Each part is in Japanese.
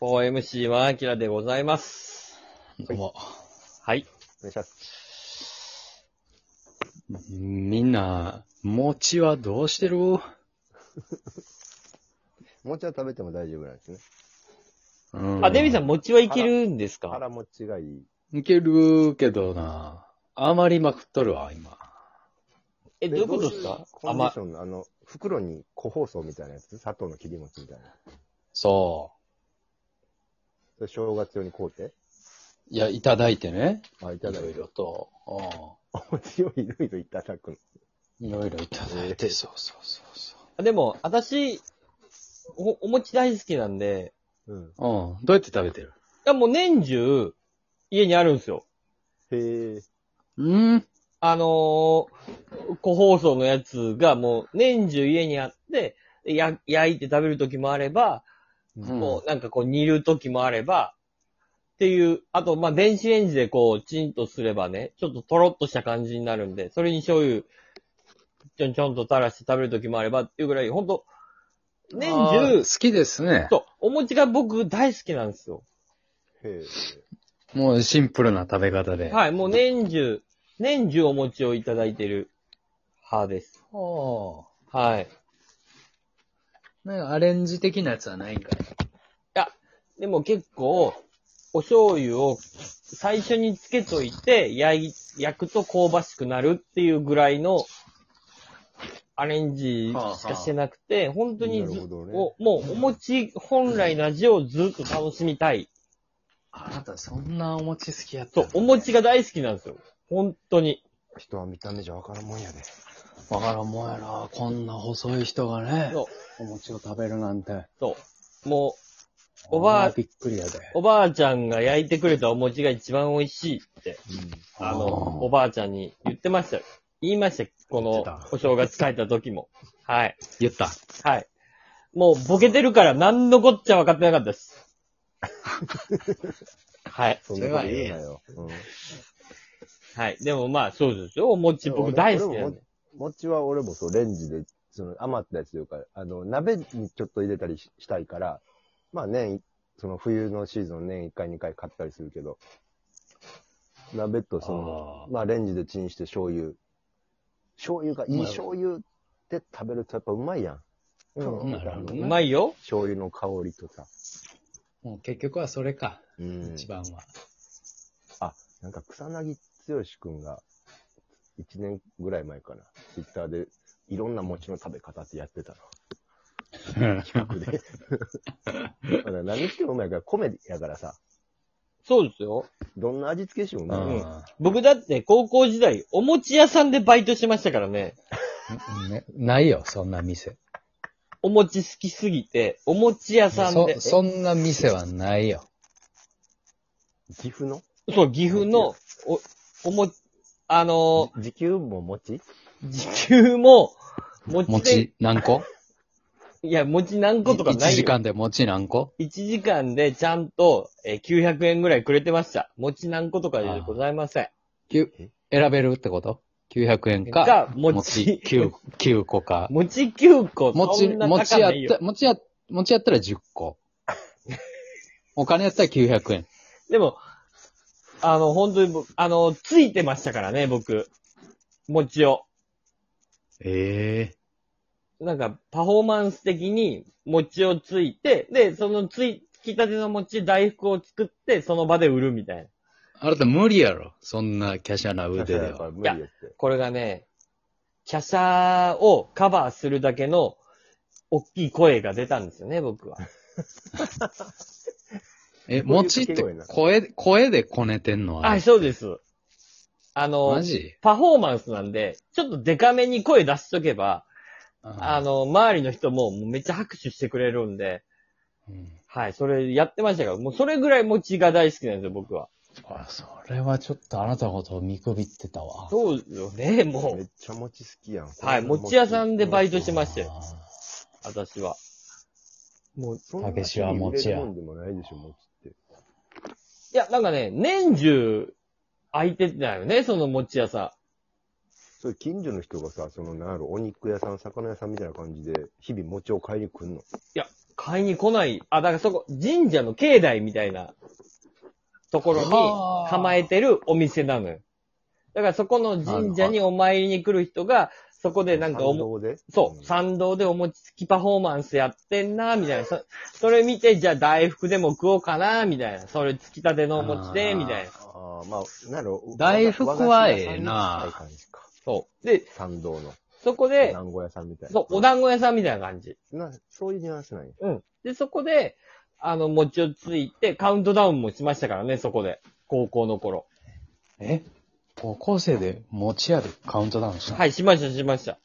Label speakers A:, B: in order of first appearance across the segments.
A: 4MC はアキラでございます。
B: どうも。
A: はい。
C: お願いします。
B: みんな、餅はどうしてる
C: もちは食べても大丈夫なんですね。
B: うん
A: あ、デビさん、餅はいけるんですか
C: 腹持ちがいい。
B: いけるけどな。余りまくっとるわ、今。
A: え、どういうことですか
C: コンディ
A: 甘
C: ションの、あの、袋に個包装みたいなやつ、砂糖の切り餅みたいな。
B: そ
C: それ正月用に買うて。
B: う。いや、いただいてね。
C: あ、い
B: い
C: ただ
B: ろ
C: い
B: い
C: て。
B: ろと。う
C: お餅をいろいろいただくの。
B: ん。いろいろいただい
C: え
B: て。
C: え
B: そうそうそうそ
A: い。でも、私、お、お餅大好きなんで、
C: う
B: う。う
C: ん。
B: ん。どうやって食べてる
A: いやもう年中、家にあるんですよ。
C: へえ。
B: うん。
A: あのー、個包装のやつがもう年中家にあって、や、焼いて食べる時もあれば、
B: うん
A: もうなんかこう煮る時もあれば、っていう、あと、まあ、電子レンジでこう、チンとすればね、ちょっとトロッとした感じになるんで、それに醤油、ちょんちょんと垂らして食べる時もあればっていうぐらい、ほんと、年
B: あ
A: 中、
B: ー好きですね。
A: そう、お餅が僕大好きなんですよ。
C: へえ。
B: もうシンプルな食べ方で。い。
A: はい、もう年中、年中お餅をいただいてる派です。
B: お
A: はい。
B: なんかアレンジ的なやつはないんかい。
A: でも結構、お醤油を最初につけといて、焼い、焼くと香ばしくなるっていうぐらいのアレンジしかしてなくて、本当にず
C: なるほどね
A: おもうお餅本来の味をずっと楽しみたい。
B: あなたそんなお餅好きやっ
A: そ
B: た
A: う、お餅が大好きなんですよ。本当に。
C: 人は見た目じゃわからんもんやで。
B: わからんもんやな。こんな細い人がね、
A: そう、
B: お餅を食べるなんて。
A: そう。もう、おばあ、
B: びっくりやで。
A: おばあちゃんが焼いてくれたお餅が一番美味しいって、あの、おばあちゃんに言ってましたよ。言いましたよ。この
B: 言ってた、
A: お正月帰った時も。はい。
B: 言った。
A: はい。もうボケてるから何のこっちゃ分かってなかったです。はい。
C: そんなこと言うなよ。うん。
A: はい。でもまあ、そうですよ。お餅、僕大好きなんで。
C: 餅は俺もそう、レンジで、その余ったやつというか、あの、鍋にちょっと入れたりししたいから、まあ年、その冬のシーズン年1回2回買ったりするけど、鍋とその、まあレンジでチンして醤油。醤油が、いい醤油で食べるとやっぱうまいやん。
B: うんなるほど
A: う
B: ね
A: まいよ。
C: 醤油の香りとさ。
B: もう結局はそれか、
C: うん
B: 一番は。
C: なんか草薙剛くんが、1年ぐらい前かな、ツイッターで、いろんな餅の食べ方ってやってたの。でだから何してもうまいから、米やからさ、
A: そうですよ。
C: どんな味付けしてもうまい よ。
B: うん
A: 僕だって高校時代、お餅屋さんでバイトしてましたからね。
B: ねないよ、そんな店。
A: お餅好きすぎて、お餅屋さん
B: そ
A: で、そ
B: そんな店はないよ。
C: 岐阜の
A: う、岐阜の、お、おも、あの
C: 時給も餅
A: ー、時給も、餅で、
B: 餅何個
A: いや、餅何個とかないよ。
B: 一時間で餅何個
A: 1時間でちゃんと、えー900円ぐらいくれてました。餅何個とかでございません。
B: きゅ選べるってこと ?900 円か、
A: が、餅、
B: 9, 9個か。
A: 餅9個、そ
B: 餅、
A: んな高
B: 餅やっ
A: ないよ
B: た、。餅や、餅やったら10個。 お金やったら900円。
A: でも、あの、本当に僕、あの、ついてましたからね、僕。餅を。
B: ええ
A: なんか、パフォーマンス的に餅をついて、で、そのつい、つきたての餅、大福を作って、その場で売るみたいな。
B: あなた無理やろ。そんな華奢な腕で
C: やっぱ
B: は。
C: 無理やって。
A: これがね、キャシャをカバーするだけの、大きい声が出たんですよね、僕は。
B: え、餅って声、声でこねてんのあ
A: あ、
B: れ。
A: そうです。あ
B: マ
A: の、
B: ジ
A: パフォーマンスなんで、ちょっとデカめに声出しとけば、あ
B: あ
A: の、周りの人ももうめっちゃ拍手してくれるんで、はい、それやってましたから、もうそれぐらい餅が大好きなんですよ、僕は。
B: あ、それはちょっとあなたのことを見くびってたわ。
A: そうよね、も
C: めっ
A: う。
C: ちゃ餅好きやん。
A: はい、餅屋さんでバイトしててましたよ、私は。もう、
C: そんな
B: たけしは餅や
C: 手に入れるもんでもないでしょ、餅って。
A: いや、なんかね、年中、空いてたよね、その餅屋さ
C: それ近所の人がさ、その、なんやろ、お肉屋さん、魚屋さんみたいな感じで、日々餅を買いに来んの。
A: ん。いや、買いに来ない。あ、だからそこ、神社の境内みたいなところに
B: はあ
A: 構えてるお店なのよ。だからそこの神社にお参りに来る人が、そこでなんかおも、
C: 反動で
A: そう、参道でお餅つきパフォーマンスやってんな、みたいな。そそれ見て、じゃあ大福でも食おうかな、みたいな。それつきたてのお餅で、
B: あー
A: みたいな。
C: ああ、まあ、なるほど。
B: 大福はええ
C: 和
B: な
C: 菓子屋さんに近い感じか
A: そう。で、
C: 参道の。
A: そこ
C: お
A: で、
C: 団子屋さんみたいな。
A: そう、お団子屋さんみたいな感じ。
C: なそういうニュアンスなんや。
A: うん。で、そこで、あの、餅をついて、カウントダウンもしましたからね、そこで。高校の頃。
B: え高校生で持ちあるカウントダウンし た
A: はい、しました、しました。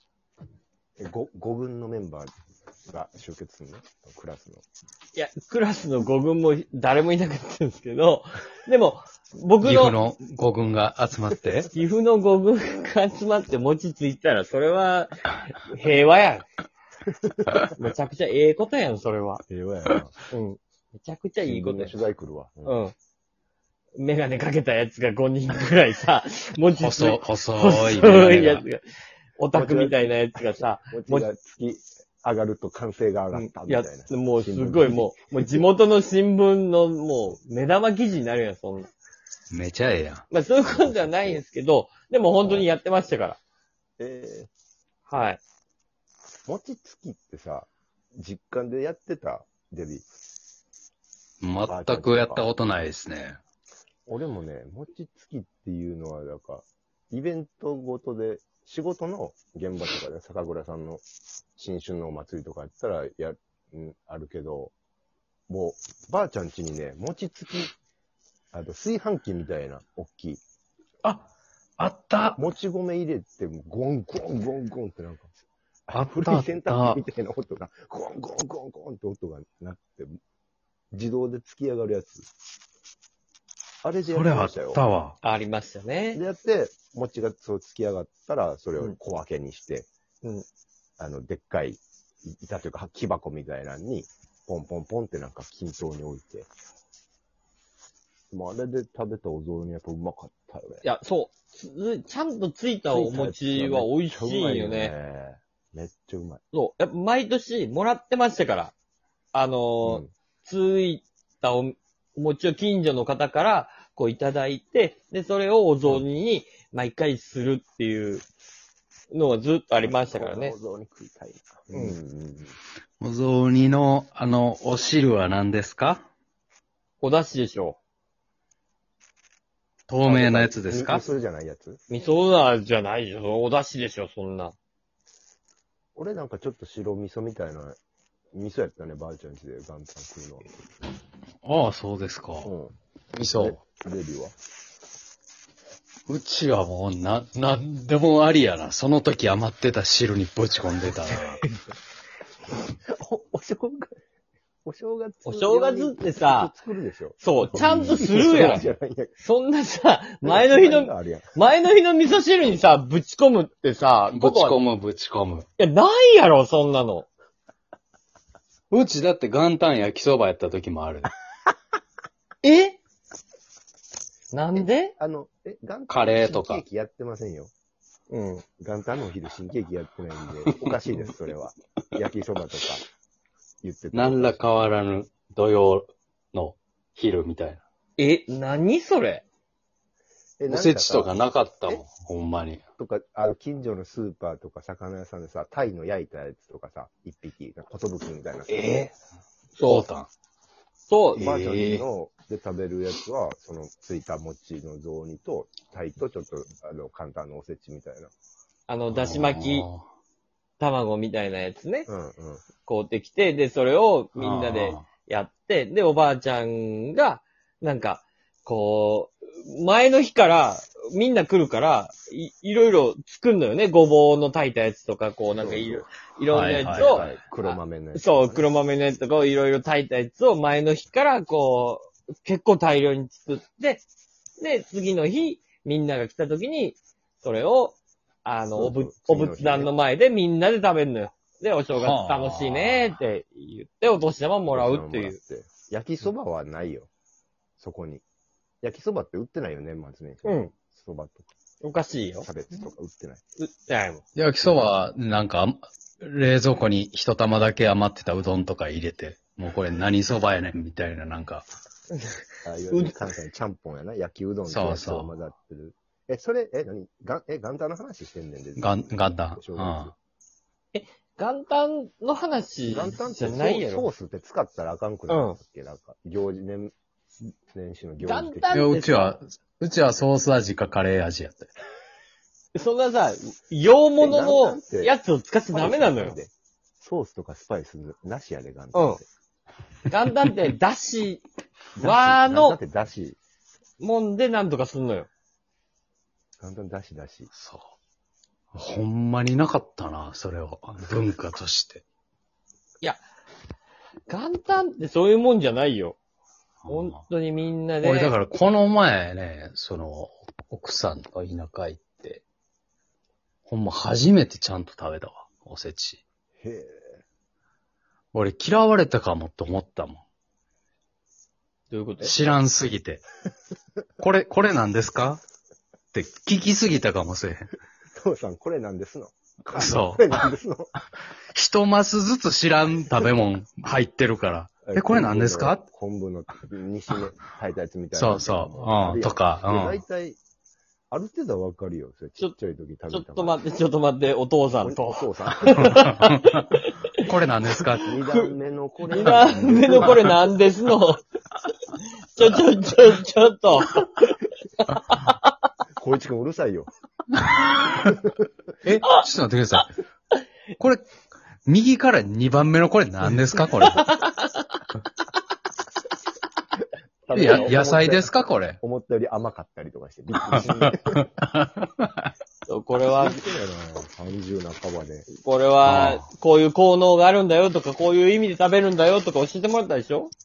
C: え、5、五軍のメンバーが集結するのクラスの。
A: いや、クラスの5軍も誰もいなかったんですけど、でも、僕
B: 岐阜
A: の、
B: の5軍が集ま って。
A: 岐阜の5軍が集まって餅ついたら、それは、平和やん。めちゃくちゃええことやん、それは。
C: ええわやな。
A: うん。めちゃくちゃいいことや。
C: 取材来るわ。うん
A: うん。メガネかけたやつが5人くらいさ、餅つい
B: 細、細い。
A: 細いやつが、オタクみたいなやつがさ、
C: 餅が月上がると歓声が上がったみ
A: いや
C: たいな。、
A: もうすごいもう、もう地元の新聞のもう目玉記事になるやん、そんな。
B: めちゃええやん。
A: まあそういうことではないんですけど、でも本当にやってましたから。
C: ええ
A: はい。
C: 餅つきってさ、実感でやってたデビ。
B: 全くやったことないですね。
C: 俺もね、餅つきっていうのは、なんか、イベントごとで、仕事の現場とかで、酒蔵さんの新春のお祭りとかやったら、や、うん、あるけど、もう、ばあちゃん家にね、餅つき、あと、炊飯器みたいな、大きい。
B: あ、あった
C: もち米入れて、ゴンゴンゴンゴンってなんか、
B: あっ
C: 古
B: たあ
C: い
B: っ
C: 洗
B: た
C: 濯機みたいな音が、ゴンゴンゴンゴンって音がなって、自動で突き上がるやつ。あれでや
B: そ
C: っ
B: れ
C: て
B: あ
C: ま
B: っ
C: したよ。
B: たわ。
A: ありましたね。
C: でやって、餅がそう突き上がったら、それを小分けにして、
A: うん
C: あの、でっかい板というか、木箱みたいなのに、ポンポンポンってなんか均等に置いて。でもあれで食べたお雑煮やっぱうまかったよね。
A: いや、そう。つちゃんとついたお餅は美味しいよね。。
C: めっちゃうまい。
A: そう。やっぱ毎年もらってましたから。あのー
C: うん
A: ついたお餅を近所の方からこういただいて、で、それをお雑煮に毎回するっていうのはずっとありましたからね
C: お。雑煮食いたいな。
A: うん
C: ん。
B: お雑煮の、あの、お汁は何ですか
A: お出汁でしょ
B: 透明なやつですか
C: 味噌じゃないやつ
A: う。味噌だじゃないでしょ。お出汁でしょ、そんな。
C: 俺なんかちょっと白味噌みたいな、味噌やったね、ばあちゃん家で元旦食う
B: ああ、そうですか。
C: の。
B: 味
C: うん。
B: 噌。
C: でデビューは
B: うちはもう、な、なんでもありやな。その時余ってた汁にぶち込んでたな。
C: お、お正月、お正月。
A: お正月ってさ、
C: 作るでしょ。
A: そう、ちゃんとするやん
C: じ。ゃないんや
A: そんなさ、前の日の、
C: あるやん。
A: 前の日の味噌汁にさ、ぶち込むってさ、
B: ぶち込
A: む。
B: む、ぶち込む。
A: いや、ないやろ、そんなの。
B: うちだって元旦焼きそばやった時もある。
A: えなんで
C: あの、え、元旦。
B: カレーとか
C: 新ケーキやってませんよ。
A: うん。
C: 元旦のお昼新ケーキやってないんで、おかしいです、そ れは。焼きそばとか、言ってた。
B: 何ら変わらぬ土曜の昼みたい
A: え、何それ
C: え、
B: な。
C: な
B: お
C: ん
B: せちとか
C: さ
B: なかった
C: え
B: もん、ほんまに。
C: とか、あの、近所のスーパーとか、魚屋さんでさ、タイの焼いたやつとかさ、一匹、なんか寿みたいなさ。
B: そ
A: そう
B: たん。
A: そう
B: え、
C: バージョンの、で食べるやつは、その、ついた餅の雑煮と、タイとちょっと、あの、簡単なおせちみたいな。
A: あの、だし巻き卵みたいなやつね、
C: うんうん。
A: 買うてきて、で、それをみんなで
B: あ
A: やって、で、おばあちゃんが、なんか、こう、前の日から、みんな来るから、い、いろいろ作んのよね。ごぼうの炊いたやつとか、こう、なんかいろ、いろんなやつ
B: そ
A: を、
B: う
C: はい黒豆のやつ。
A: そう、黒豆のやつとかをいろいろ炊いたやつを前の日から、こう、結構大量に作って、で、次の日、みんなが来た時に、それを、あの、おぶ、
C: そ
A: お
C: うそう
A: 仏
C: 次の日ね
A: 壇の前でみんなで食べるのよ。で、お正月楽しいねって言って、お年玉もらうっていう。。
C: 焼きそばはないよ。そこに。焼きそばって売ってないよね、まずね。
A: うん。
C: そばと
A: おかしいよ
C: か、。キャベツとか売ってない。
A: うっないもん。
B: ー焼きそば、なんかあん、冷蔵庫に一玉だけ余ってたうどんとか入れて、もうこれ何そばやねんみたいな、なんか、
C: ああいう関西のちゃんぽんやな。焼きうどんと
B: そう
C: 焼き
B: そう
C: そば混ざってる。え、それ、え、何がえ、元旦の話してんねんで。
B: ガン、ガンダン。
C: 正
B: うん。
C: 月
B: あ
A: 元旦の話
C: 元旦っ
A: じ
C: て
A: ゃ
C: ソ
A: ないや
C: ーソ
A: ろ。
C: ースって使ったらあかんくなるんだっけ、なんか、行事、年、年始の行事的
A: 元
B: い
A: 旦
B: やうちは、うちはソース味かカレー味やったよ
A: そんなさ、洋物のやつを使っちゃダメなのよ。
C: ソースとかスパイスなしやで、元旦って。
A: 元旦ってだし
C: だし
A: 和の
C: 元旦ってだし、
A: もんでなんとかすんのよ。
C: 元旦だしだし。
B: そう。ほんまになかったな、それを。文化として。
A: 元旦ってそういうもんじゃないよ。
B: ほん
A: 本
B: ま
A: 当にみんなで。
B: 俺、だからこの前ね、その、奥さんと田舎行って、ほんま初めてちゃんと食べたわ、おせち。
C: へえ。
B: 俺嫌われたかもって思ったもん。
A: どういうこと
B: 知らんすぎて。これ、これなんですかって聞きすぎたかもしれへん。
C: 父さん、これなんですの
B: そう
C: これなんですの
B: 一マスずつ知らん食べ物入ってるから。えこれ何ですか
C: 昆布の西に炊いたやつみたいな。
B: そうそう。うん。と
C: か。
B: か、
C: で
B: うん
C: 大。体、ある程度はわかるよ。それちっちゃい時食べた
A: ちょっと待って、ちょっと待って、お父さん
C: お
A: と。
C: 父さん。
B: これなんですか
C: 二段目のこれ。
A: 二段目のこれなんですのちょちょちょちょっと。
C: 光一くんうるさいよ。
B: え、ちょっと待ってください。これ、右から2番目のこれ何ですかこれ。いや、野菜です
C: か
B: かこれ。
C: 思ったより甘かったりとかして、びっくりしてる。
A: これは、
C: 30半ばで。
A: これ
B: あ
A: は、こういう効能があるんだよとか、こういう意味で食べるんだよとか教えてもらったでしょ